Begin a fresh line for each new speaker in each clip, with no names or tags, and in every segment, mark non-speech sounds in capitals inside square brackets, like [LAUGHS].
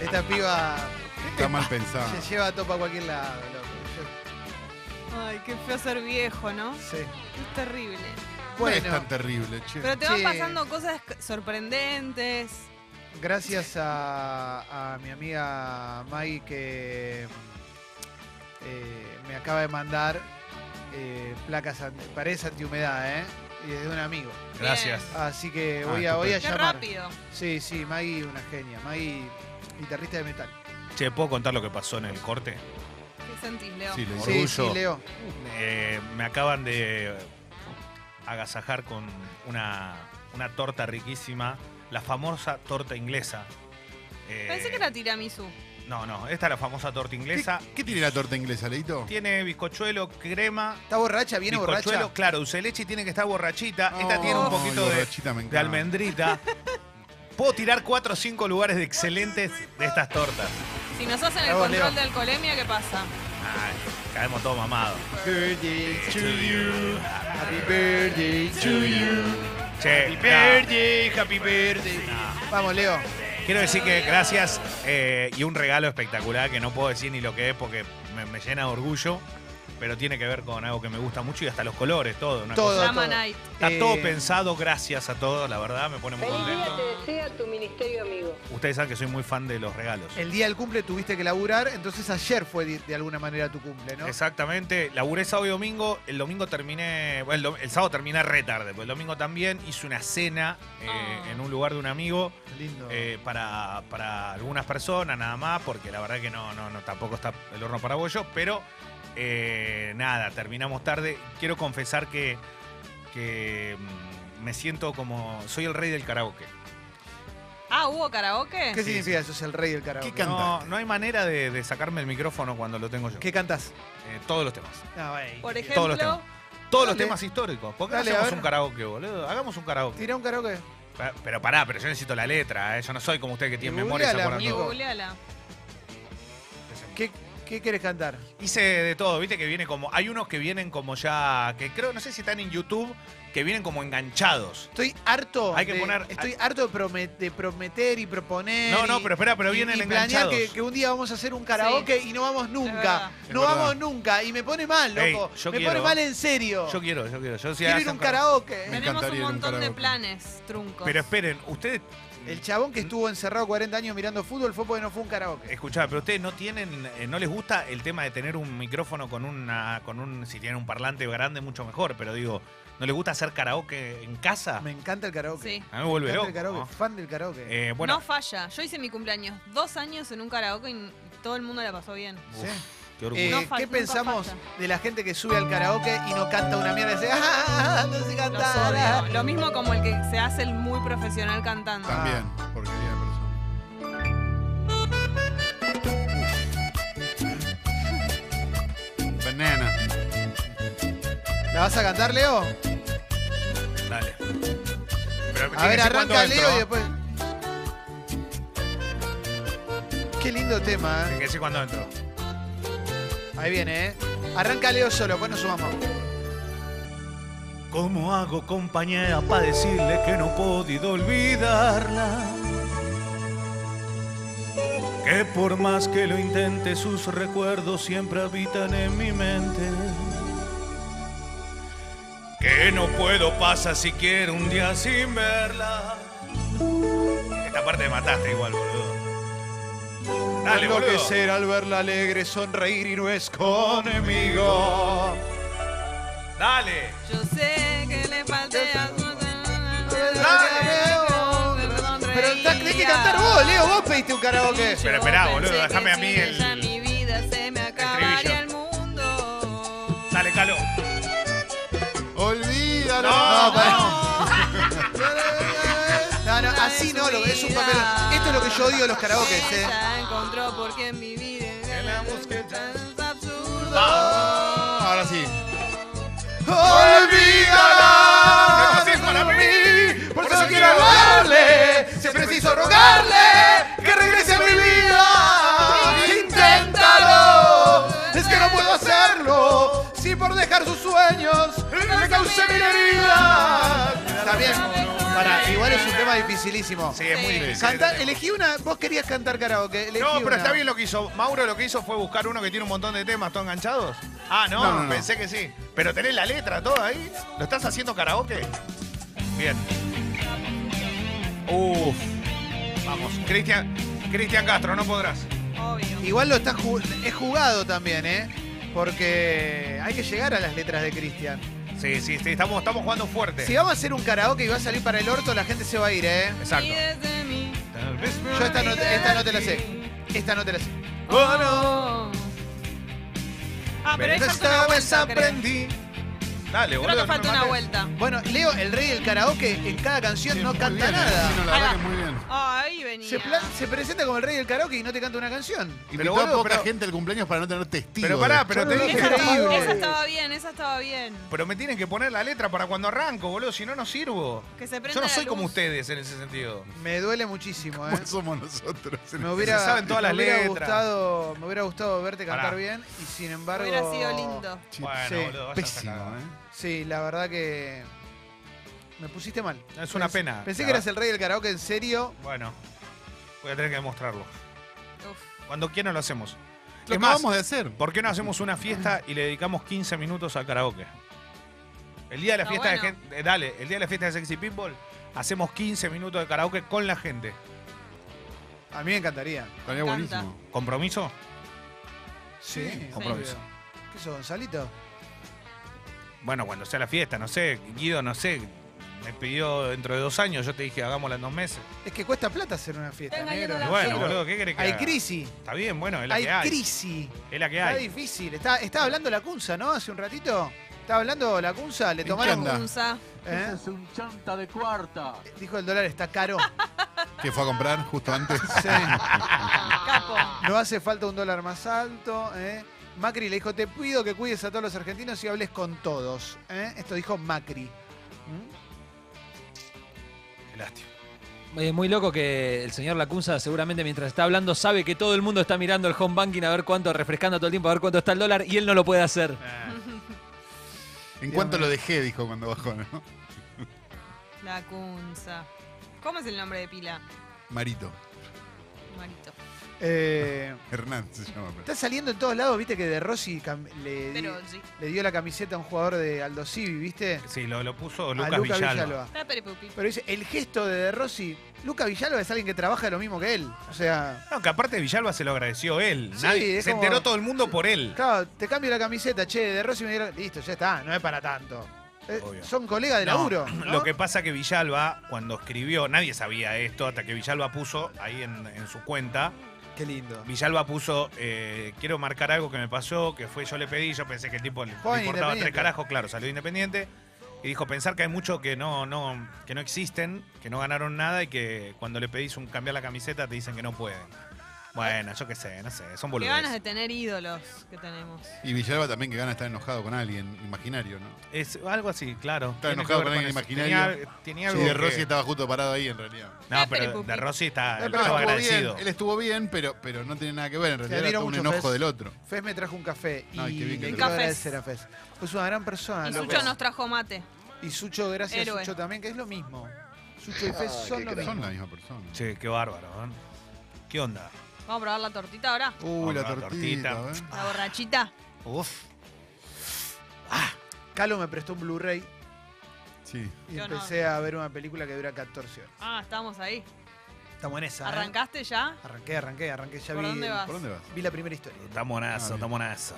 Esta piba
Está mal
[LAUGHS]
pensado.
se lleva a topa a cualquier lado, loco. Yo-
Ay, qué feo ser viejo, ¿no?
sí.
Es terrible.
No es
Bueno,
tan terrible, che.
Pero te van
Sí.
pasando cosas sorprendentes.
gracias a, a mi amiga Maggie que mm, eh, me acaba de mandar eh, placas anti, paredes antihumedad, ¿eh? Y es de un amigo.
Gracias.
Así que
Ah,
voy a, voy a
estupendo.
Qué
llamar.
rápido.
Sí, sí, Maggie una genia. Maggie, guitarrista de metal.
Che, ¿puedo contar lo que pasó en el corte?
¿Qué sentís, Leo?
Sí, le
Sí,
Orgullo.
sí, Leo.
Eh, me acaban de agasajar con una, una torta riquísima, la famosa torta inglesa. Eh,
Pensé que era tiramisú.
No, no, esta es la famosa torta
¿Qué,
inglesa.
qué tiene la torta inglesa, Leito?
Tiene bizcochuelo, crema,
¿Está borracha? ¿Viene
bizcochuelo,
borracha?
claro, dulce de leche y tiene que estar borrachita. Esta
No.
tiene un
Ay,
poquito
Ay,
de,
borrachita, me
de
[LAUGHS]
encanta.
almendrita. Puedo tirar cuatro o cinco lugares de excelentes de estas tortas.
Si nos hacen el
Bravo,
control
Leo.
de alcoholemia, ¿qué pasa?
Ay, caemos todos mamados.
Birthday to you. Happy birthday to you.
Che,
Happy
nah,
birthday, happy birthday.
nah.
Vamos, Leo.
Quiero decir que gracias eh, y un regalo espectacular que no puedo decir ni lo que es porque me, me llena de orgullo, pero tiene que ver con algo que me gusta mucho y hasta los colores, todo. una
Todo,
cosa-
Llama
todo.
Night.
Está
Eh,
todo pensado, gracias a todos, la verdad, me pone muy
Feliz día
contento.
te desea tu ministerio amigo.
Ustedes saben que soy muy fan de los regalos.
El día del cumple tuviste que laburar, entonces ayer fue de, de alguna manera tu cumple, ¿no?
Exactamente, laburé sábado y domingo, el domingo terminé, bueno, el, dom- el sábado terminé re tarde, pero el domingo también hice una cena eh,
Ah.
en un lugar de un amigo.
Lindo.
eh, para, para algunas personas nada más, porque la verdad que no, no, no tampoco está el horno para bollos, pero eh, nada, terminamos tarde. Quiero confesar que, que mm, me siento como. Soy el rey del karaoke.
Ah, ¿hubo karaoke?
¿Qué
sí,
significa eso? Es el rey del karaoke.
¿Qué
No,
cantaste?
no hay manera de, de sacarme el micrófono cuando lo tengo yo.
¿Qué cantás?
Eh, todos los temas.
No, ey.
Por ejemplo,
Todos los temas. Todos los
Dale.
temas históricos. ¿Por qué no
Dale, a
hacemos
ver.
un karaoke, boludo? Hagamos un karaoke.
Tira un karaoke.
Pa- Pero pará, pero yo necesito la letra, eh. yo no soy como usted que tiene
Y
memoria y se
googleala,
acuerda
ni
todo.
amigo.
googleala.
¿Qué, qué querés cantar?
Hice de todo, viste que viene como. Hay unos que vienen como ya. que creo, no sé si están en YouTube, que vienen como enganchados.
Estoy harto.
Hay que
de-
poner-
Estoy harto de, promet- de prometer y proponer.
No,
y-
no, pero espera, pero
y-
vienen
y planear
enganchados.
que, que un día vamos a hacer un karaoke y no vamos nunca.
verdad.
Es
No
verdad.
vamos nunca. Y me pone mal,
Ey,
loco.
yo
me
quiero.
pone mal en serio.
Yo quiero, yo quiero. Yo sí
Quiero
hace
ir a un
karaoke.
karaoke.
Me
Tenemos un
encantaría ir a un
montón de
karaoke.
planes, truncos.
Pero esperen, ustedes.
El chabón que estuvo encerrado 40 años mirando fútbol fue porque no fue un karaoke.
Escuchá, pero ustedes no tienen, eh, no les gusta el tema de tener un micrófono con una, con un, si tienen un parlante grande mucho mejor, pero digo, ¿no les gusta hacer karaoke en casa?
Me encanta el karaoke.
Sí.
A mí me
Me
vuelve
encanta
loco.
el karaoke.
¿no?
Fan del karaoke.
Ah. Eh, bueno,
No falla. Yo hice mi cumpleaños dos años en un karaoke y todo el mundo la pasó bien.
uf, qué
Eh,
orgullo.
no falla,
¿Qué
nunca
pensamos
falla.
de la gente que sube al karaoke y no canta una mierda y dice, ¡ah! No sé
Los
cantar.
odio. Lo mismo como el que se hace el muy profesional cantando.
También, porquería de persona. Uf. Banana.
¿La vas a cantar, Leo?
Dale. Pero tiene
A
que
ver,
ser cuando
arranca
entro,
Leo y
¿eh?
después. Qué lindo tema,
Tiene
¿eh?
que decir cuando entro.
Ahí viene, ¿eh? Arranca Leo solo, después nos sumamos.
¿Cómo hago, compañera, para decirle que no he podido olvidarla? Que por más que lo intente, sus recuerdos siempre habitan en mi mente. Que no puedo pasar siquiera un día sin verla. Esta parte me mataste igual, boludo. Dale, boludo.
al verla alegre, sonreír y no es conmigo.
Dale.
Yo sé que le falté a su... Perdón,
Pero
reía.
tenés que cantar vos, Leo, vos pediste un karaoke.
Pero esperá,
Yo
boludo,
pensé que
déjame a mí
sin
el-
ella mi vida se me acabaría el mundo.
Dale, Calo.
Olvídalo.
No,
No, pará. No, no, así no, lo- es un papel. Esto es lo que yo odio de los karaoke, ¿eh?
Ella encontró porque en mi vida
En la búsqueda. Ah,
es absurdo.
Ahora sí.
Olvídala.
Eso es para mí.
Por eso quiero hablarle, siempre preciso rogarle que regrese a mi vida. Inténtalo, es que no puedo hacerlo. Si por dejar sus sueños me causé mil heridas. Está bien, para, igual es un tema dificilísimo.
Sí, es muy
Sí.
difícil.
Canta- elegí una. Vos querías cantar karaoke. elegí
No, pero
una.
está bien lo que hizo. Mauro lo que hizo fue buscar uno que tiene un montón de temas, ¿todos enganchados? Ah, no,
No, no, no.
pensé que sí. Pero tenés la letra toda ahí. ¿Lo estás haciendo karaoke? Bien. Uf. Vamos, Cristian, Cristian Castro, no podrás.
Obvio.
Igual lo está ju- es jugado también, ¿eh? Porque hay que llegar a las letras de Cristian.
Sí, sí, sí, estamos, estamos jugando fuerte.
Si vamos a hacer un karaoke y va a salir para el orto, la gente se va a ir, ¿eh?
Exacto.
Pies de mí.
Tal vez me
Yo esta no,
olvidé
esta no te la
de ti.
sé. Esta no te la sé.
Oh, no.
Ah, pero ahí
Pero
falta una
esta vez
vuelta, creo.
aprendí. Dale,
Creo
boludo.
que falta
no me
una
mates.
vuelta.
Bueno, Leo, el rey del karaoke, en cada canción
Sí,
no
muy
canta
bien,
nada.
Agustín, la
Ahí
verdad
va.
que muy bien.
Ah, ahí venía.
Se, plan- se presenta como el rey del karaoke y no te canta una canción.
Invitó a
boludo,
poca
pero-
gente al cumpleaños para no tener testigos.
Pero pará,
de-
pero te
Yo no
dije.
sé.
Esa, estaba,
Increíble.
esa estaba bien, esa estaba bien.
Pero me tienen que poner la letra para cuando arranco, boludo, si no, no sirvo.
Que se prenda
Yo no
la
soy como
luz.
ustedes en ese sentido.
Me duele muchísimo, ¿eh?
¿Cómo [LAUGHS] somos nosotros?
Me hubiera,
Se saben todas
me
las
hubiera
letras.
Gustado, me hubiera gustado verte cantar
Pará.
bien y sin embargo...
Hubiera sido lindo.
Che,
Bueno,
sí,
boludo, vaya
Pésimo, ¿eh?
Sí, la verdad que me pusiste mal.
Es una pena.
Pensé
la
que eras
verdad.
el rey del karaoke en serio.
Bueno, voy a tener que demostrarlo.
Uf.
Cuando quiera lo hacemos.
Lo
Es más,
acabamos de hacer.
¿por qué no hacemos una fiesta y le dedicamos 15 minutos al karaoke? El día de la
Está
fiesta de
Ah, bueno.
gente. eh, Dale, el día de la fiesta de Sexy Pinball, hacemos 15 minutos de karaoke con la gente.
A mí me encantaría.
Estaría
Me encanta.
buenísimo.
¿Compromiso?
Sí,
compromiso.
obvio. ¿Qué sos, Gonzalito?
Bueno, cuando sea la fiesta, no sé. Guido, no sé. Me pidió dentro de dos años, yo te dije, hagámosla en dos meses.
Es que cuesta plata hacer una fiesta,
Está
negro.
engañando
Y
a la
bueno,
Sí.
boludo, ¿qué querés que
Hay
haga?
crisis.
Está bien, bueno, es la
Hay
que hay.
crisis.
Es la que
Está
hay.
difícil. Está, estaba hablando la Cunza, ¿no? Hace un ratito. Estaba hablando la Cunza, le
¿En
tomaron.
qué anda?
Punza.
¿eh?
Ese es un chanta de cuarta.
Dijo el dólar está caro.
Que fue a comprar justo antes.
Sí.
Capo.
No hace falta un dólar más alto. ¿eh? Macri le dijo: Te pido que cuides a todos los argentinos y hables con todos. ¿eh? Esto dijo Macri. ¿Mm? [LAUGHS]
Qué lástima.
Es Eh, muy loco que el señor Lacunza seguramente mientras está hablando sabe que todo el mundo está mirando el home banking a ver cuánto, refrescando todo el tiempo a ver cuánto está el dólar y él no lo puede hacer.
Ah.
En cuanto lo dejé, dijo cuando bajó, ¿no?
La Kunza. ¿Cómo es el nombre de pila?
Marito.
Marito.
Eh,
Hernán se llama. pues. pero-
está saliendo en todos lados. Viste que De Rossi cam- le, di-
Pero sí.
le dio la camiseta a un jugador de Aldo Civi, ¿viste?
Sí, lo, lo puso
a
Lucas
Luca
Villalba.
Está perepupi.
Pero dice: El gesto de De Rossi. Luca Villalba es alguien que trabaja lo mismo que él. O sea.
No, que aparte Villalba se lo agradeció él.
Sí,
Nadie,
es
se
como-
enteró todo el mundo por él.
Claro, te cambio la camiseta, che, de Rossi me dieron. Listo, ya está, no es para tanto. Eh,
Obvio.
son colegas de
No, [CLEARS THROAT]
laburo. ¿no?
Lo que pasa que Villalba, cuando escribió, nadie sabía esto, hasta que Villalba puso ahí en, en su cuenta,
Qué lindo.
Villalba puso, eh, quiero marcar algo que me pasó, que fue, yo le pedí, yo pensé que el tipo le
Joven
importaba tres
independiente.
carajos, claro, salió independiente. Y dijo, pensar que hay muchos que no, no, que no existen, que no ganaron nada y que cuando le pedís un cambiar la camiseta te dicen que no pueden. Bueno, yo qué sé, no sé, son
Qué ganas de
boludeces.
tener ídolos que tenemos.
Y Villalba también que gana estar enojado con alguien imaginario, ¿no?
Es algo así, claro.
Está
Tiene que
enojado
ver
con alguien
eso.
imaginario.
Tenía, tenía
Sí,
algo
de
que-
Rossi estaba justo parado ahí en realidad.
No,
Eh,
pero
Peripupi.
de Rossi está
No,
él
pero
estaba
estuvo bien,
agradecido.
él estuvo bien, pero, pero no tiene nada que ver. En realidad era
admiro
todo un
mucho,
enojo
Fez.
del otro.
Fez me trajo un café
Ay,
y
qué bien que
le
te
quiero
trajo.
agradecer a Fez. Es una gran
Ah,
persona.
Y
loco.
Sucho nos trajo mate.
Y Sucho, gracias
Héroe.
a Sucho también, que es lo mismo. Sucho y Fez son lo
Son
mismo.
la misma Ah, persona.
Che, qué bárbaro. ¿eh? ¿Qué onda?
Vamos a probar la tortita ahora.
Uy, la
Otra
tortita.
tortita.
¿eh?
La borrachita.
Uf.
Calo me prestó un Blu-ray
Sí.
y
Qué honor.
empecé a ver una película que dura 14 horas.
Ah, estamos ahí.
Estamos en esa. ¿eh?
¿Arrancaste ya?
Arranqué, arranqué, arranqué. Ya
¿Por
vi,
dónde vas?
¿Por dónde vas?
vi la primera historia.
Está monazo, está monazo.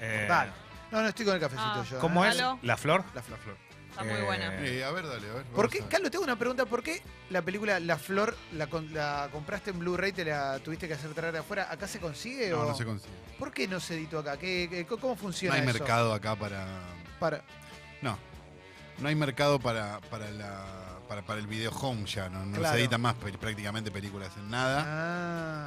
Eh,
Dale. No, no estoy con el cafecito
Ah.
yo.
¿Cómo
¿eh?
es?
Halo.
¿La flor?
La flor. flor.
Está muy
Eh,
buena.
Eh, a ver, dale, a ver.
¿Por
vamos
qué,
a-
Carlos, tengo una pregunta. ¿Por qué la película La Flor la, con- la compraste en Blu-ray, te la tuviste que hacer traer de afuera? ¿Acá se consigue
No,
o
no se consigue.
¿Por qué no se editó acá? ¿Qué, qué- cómo
No
funciona
hay
eso?
mercado acá para.
Para,
No. No hay mercado para, para, la, para, para el video home ya. No, No
Claro.
se editan más pe- prácticamente películas en nada.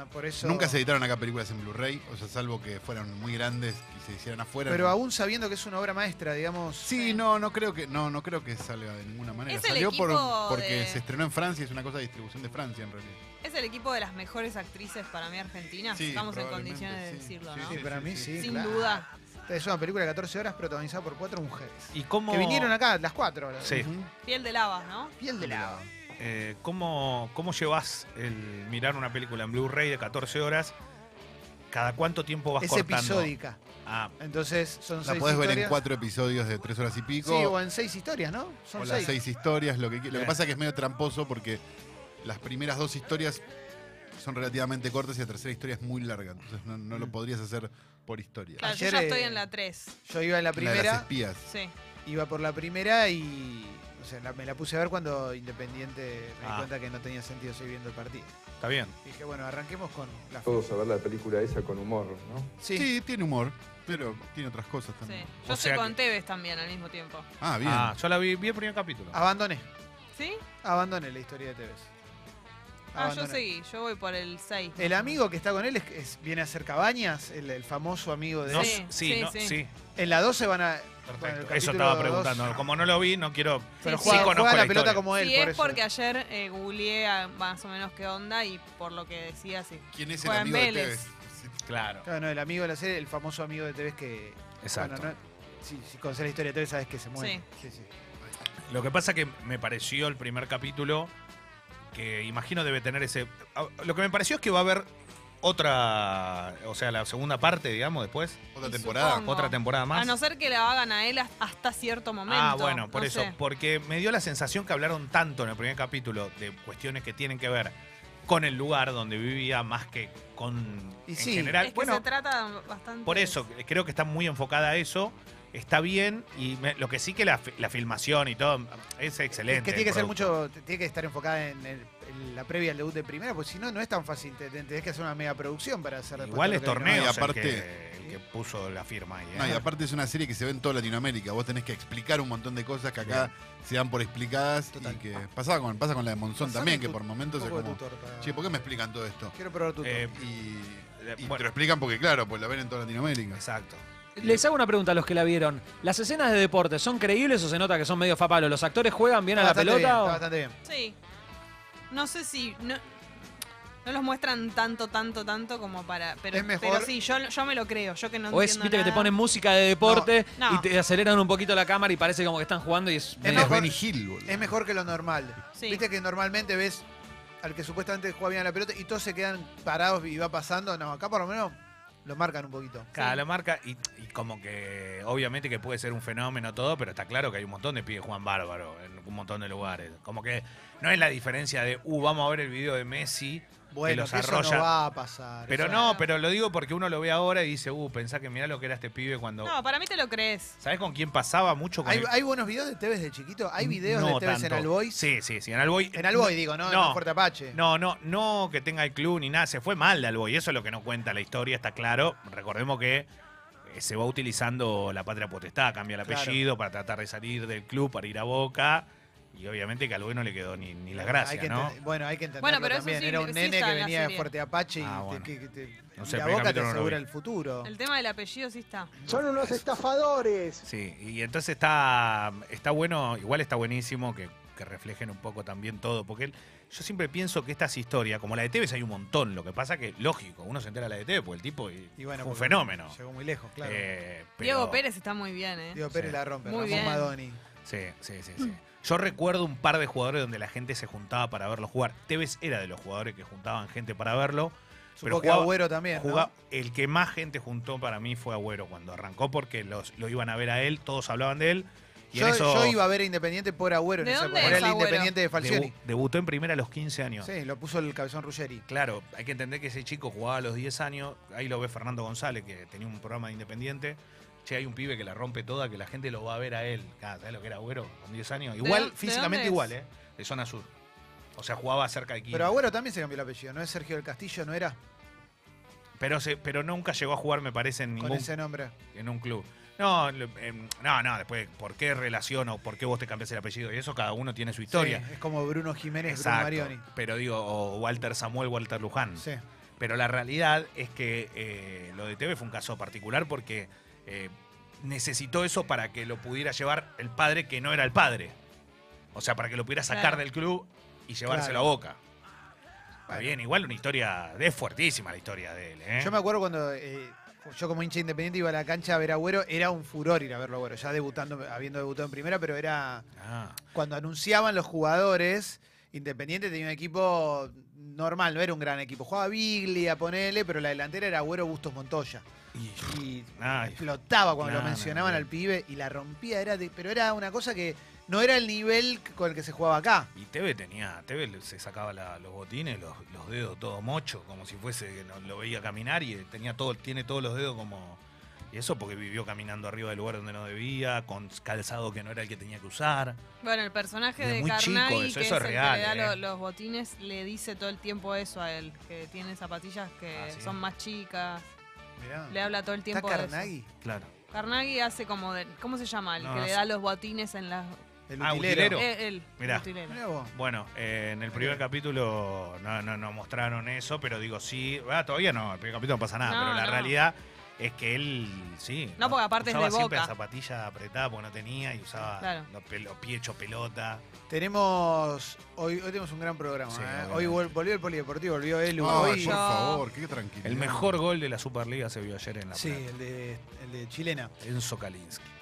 ah, por eso.
Nunca se editaron acá películas en Blu-ray, o sea, salvo que fueran muy grandes y se hicieran afuera.
Pero aún sabiendo que es una obra maestra, digamos.
Sí, no, no creo que no, no creo que salga de ninguna manera.
Es el
Salió por-
equipo
porque
de-
se estrenó en Francia, es una cosa de distribución de Francia en realidad.
Es el equipo de las mejores actrices para mí argentinas.
Sí,
Ah, Estamos en
probablemente,
condiciones de
sí.
decirlo,
Sí,
¿no?
Sí, para mí sí.
Sin
claro.
duda.
Es una película de 14 horas protagonizada por cuatro mujeres.
¿Y cómo?
Que vinieron acá, las cuatro. las-
Sí.
Ujú.
Piel de lava, ¿no?
Piel de lava.
eh, ¿cómo, ¿cómo llevas el mirar una película en Blu-ray de 14 horas? ¿Cada cuánto tiempo vas
Es
cortando?
episódica.
Ah,
Entonces son
La
seis
podés ver en
historias.
cuatro episodios de tres horas y pico.
Sí, o en seis historias, ¿no? Son
o las seis historias, lo que, qui- lo que
Bien.
pasa es que es medio tramposo porque las primeras dos historias son relativamente cortas y la tercera historia es muy larga, entonces no, no lo podrías hacer por historia.
Claro,
Ayer,
yo ya
eh,
estoy en la 3.
Yo iba en la
La de las
primera,
espías.
Sí.
iba por la primera y. O sea, la- me la puse a ver cuando Independiente me di
Ah.
cuenta que no tenía sentido seguir viendo el partido.
está bien.
Dije, bueno, arranquemos con la.
Todos a ver la película esa con humor, ¿no?
Sí,
Sí. tiene humor, pero tiene otras cosas
Sí.
también.
O
Yo
sea
estoy con
que-
Tevez también al mismo tiempo.
Ah, bien.
Ah, yo la vi, vi el primer capítulo.
abandoné.
¿Sí?
Abandoné la historia de Tevez.
Ah, yo
Abandoné.
seguí. Yo voy por el 6.
El amigo que está con él es, es- viene a hacer cabañas, el, el famoso amigo de
No,
él.
sí, sí,
sí,
no-
sí.
sí,
En la 12 van a. bueno, el
perfecto. Eso
capítulo
estaba
dos-
preguntando. Como no lo vi, no quiero.
Pero
Sí,
juega,
sí.
conozco
juega la,
la
pelota
historia.
como él.
Sí,
por
es
eso.
porque ayer eh, googleé a- más o menos qué onda y por lo que decía, sí.
¿Quién es el
Juan
amigo de
Vélez.
Tevez? Sí.
Claro,
Claro, no, el amigo de la serie, el famoso amigo de Tevez que.
exacto.
Bueno, no- sí, si conoces la historia de Tevez sabes que se muere. Sí, sí.
Lo que pasa que me pareció el primer capítulo, que imagino debe tener ese... ah, Lo que me pareció es que va a haber otra, o sea, la segunda parte, digamos, después.
Otra
Y
temporada.
supongo-
Otra temporada más.
A no ser que la hagan a él has- hasta cierto momento.
Ah, bueno, por
no
eso.
sé.
Porque me dio la sensación que hablaron tanto en el primer capítulo de cuestiones que tienen que ver con el lugar donde vivía más que con...
Y
en
sí.
general.
Es que
bueno,
se trata bastante.
Por eso, creo que está muy enfocada a eso. Está bien, y me- lo que sí que la, fi- la filmación y todo es excelente.
Es que tiene
el
que ser
producto.
mucho, tiene que estar enfocada en, el- en la previa al debut de primera, porque si no, no es tan fácil. Te, te- tenés que hacer una mega producción para hacer después
Igual
todo
es
lo que
torneo
vino.
No, y
aparte,
aparte-
el, que, puso la firma ahí. ¿eh?
No, y aparte es una serie que se ve en toda Latinoamérica. Vos tenés que explicar un montón de cosas que acá se dan por explicadas
Total.
y que pasaba con, pasa con la de Monzón
Pasame
también, que
tu-
por
Un
momentos es
poco de tu
como,
torta.
che, ¿por qué me explican todo esto?
Quiero probar tu torta.
Eh,
Y, y
Bueno.
te lo explican porque, claro, pues la ven en toda Latinoamérica.
Exacto.
Les hago una pregunta a los que la vieron. ¿Las escenas de deporte son creíbles o se nota que son medio fapalos? ¿Los actores juegan bien
Está
a la
bastante
pelota?
bien,
o-
está bastante bien.
Sí. No sé si. No, no los muestran tanto, tanto, tanto como para. Pero,
Es mejor-
pero sí, yo, yo me lo creo. Yo que no
O es,
entiendo
viste, que te
nada.
ponen música de deporte
No, no.
y te aceleran un poquito la cámara y parece como que están jugando y es.
Es
medio-
mejor-
Benny Hill, boludo.
Es mejor que lo normal.
Sí.
Viste que normalmente ves al que supuestamente juega bien a la pelota y todos se quedan parados y va pasando. No, acá por lo menos lo marcan un poquito.
Cada la marca, y, y como que obviamente que puede ser un fenómeno todo, pero está claro que hay un montón de pibes Juan Bárbaro en un montón de lugares. Como que no es la diferencia de, uh, vamos a ver el video de Messi.
Bueno,
los
que eso no
arrolla.
va a pasar.
Pero
eso-
no, pero lo digo porque uno lo ve ahora y dice, uh, pensá que mirá lo que era este pibe cuando.
No, para mí te lo crees.
¿Sabés con quién pasaba mucho? Con
¿Hay,
el-
hay buenos videos de Tevez de chiquito? ¿Hay videos
No
de Tevez en
tanto.
Alboy?
Sí, sí, sí. En Alboy.
En Alboy, digo, ¿no?
No.
En Fuerte Apache.
No, no, no que tenga el club ni nada. Se fue mal de Alboy. Eso es lo que no cuenta la historia, está claro. Recordemos que eh, se va utilizando la patria potestad, cambia el
Claro.
apellido para tratar de salir del club, para ir a Boca. Y obviamente que a Alboy no le quedó ni, ni las gracias,
Hay que
¿no?
entender- Bueno, hay que entenderlo
Bueno, pero eso
también.
sí,
Era un
sí
nene
está
que
en la
venía de
serie.
Fuerte Apache
Ah, bueno.
y te- que- te-
No sé,
la
primer
boca te
capítulo no lo
asegura
vi.
el futuro.
El tema del apellido sí está.
Son unos estafadores.
Sí, y entonces está, está bueno, igual está buenísimo que, que reflejen un poco también todo, porque él- yo siempre pienso que estas historias, como la de Tevez hay un montón, lo que pasa que, lógico, uno se entera de la de Tevez porque el tipo eh,
Y bueno,
fue un
porque
fenómeno.
Llegó muy lejos, claro.
Eh, pero-
Diego Pérez está muy bien, ¿eh?
Diego Pérez
sí.
la rompe,
Muy
Ramón
bien.
Madoni.
Sí, sí, sí, sí. Yo recuerdo un par de jugadores donde la gente se juntaba para verlo jugar. Tevez era de los jugadores que juntaban gente para verlo.
Supongo que
jugaba-
Agüero también, ¿no?
Jugá- El que más gente juntó para mí fue Agüero cuando arrancó porque los, lo iban a ver a él, todos hablaban de él. Y
Yo,
en eso
yo iba a ver a Independiente por Agüero en
¿De
esa
dónde
época. Era
es
el
Agüero?
Independiente de Falcioni.
debu- debutó en primera a los 15 años.
Sí, lo puso el cabezón Ruggeri.
Claro, hay que entender que ese chico jugaba a los 10 años. Ahí lo ve Fernando González, que tenía un programa de Independiente. Che, hay un pibe que la rompe toda, que la gente lo va a ver a él. Ah, ¿Sabes lo que era Agüero? Con 10 años.
dó-
Igual,
de
físicamente igual,
dónde
¿eh? De zona sur. O sea, jugaba cerca de Quilmes.
Pero Agüero también se cambió el apellido, ¿no es Sergio del Castillo? ¿No era?
Pero, se- pero nunca llegó a jugar, me parece, en
Con
ningún
ese nombre.
en un club. No, lo- em, no, no, después, ¿por qué relación o por qué vos te cambias el apellido? Y eso cada uno tiene su historia.
Sí, es como Bruno Jiménez,
Exacto.
Bruno Marioni.
Pero digo, o Walter Samuel, Walter Luján.
Sí.
Pero la realidad es que eh, lo de TV fue un caso particular porque eh, necesitó eso para que lo pudiera llevar el padre que no era el padre. O sea, para que lo pudiera sacar
Claro.
del club y
Claro.
llevárselo a boca. Está bien, igual una historia. Es fuertísima la historia de él. ¿eh?
Yo me acuerdo cuando eh, yo como hincha independiente iba a la cancha a ver a Agüero, era un furor ir a verlo a Agüero, ya debutando, habiendo debutado en primera, pero era
Ah,
cuando anunciaban los jugadores Independiente tenía un equipo normal, no era un gran equipo. Jugaba Biglia, ponele, pero la delantera era Agüero Bustos Montoya. Y
Ay.
explotaba cuando
No,
lo
no,
mencionaban
no.
al pibe y la rompía. Era de- pero era una cosa que no era el nivel con el que se jugaba acá.
Y Teve tenía, Teve le- se sacaba la- los botines, los, los dedos todo mocho, como si fuese que no- lo veía caminar y eh, tenía todo, tiene todos los dedos como. Y eso porque vivió caminando arriba del lugar donde no debía, con calzado que no era el que tenía que usar.
Bueno, el personaje
Desde
de
muy chico,
Carnaghi, que
eso- eso
es
es
el
real,
que le da lo-
eh.
los botines, le dice todo el tiempo eso a él, que tiene zapatillas que
Ah, ¿sí?
son más chicas,
Mirá.
le habla todo el
Ah. Está
tiempo de eso.
Carnaghi,
Claro.
Carnaghi hace como de, ¿cómo se llama? El
No,
que
no
le
sé.
da los botines en las...
el
Ah,
utilero.
utilero.
Eh, él,
Mirá.
el utilero.
Mirá vos.
Bueno, eh, en el primer capítulo no, no, no mostraron eso, pero digo, sí. Ah, todavía no, el primer capítulo no pasa nada,
No,
pero la
no.
realidad es que él, sí.
No, porque aparte es
usaba
de
siempre
Boca.
la zapatilla apretada porque no tenía y usaba
Claro.
los, pe- los pies hecho pelota.
Tenemos. Hoy, hoy tenemos un gran programa.
Sí,
¿eh?
obviamente.
Hoy vol- volvió el Polideportivo, volvió Elu.
Ah,
hoy,
por
yo-
favor, qué tranquilo.
El mejor gol de la Superliga se vio ayer en la
sí,
Plata.
el de, el de Chilena.
Enzo Kalinski.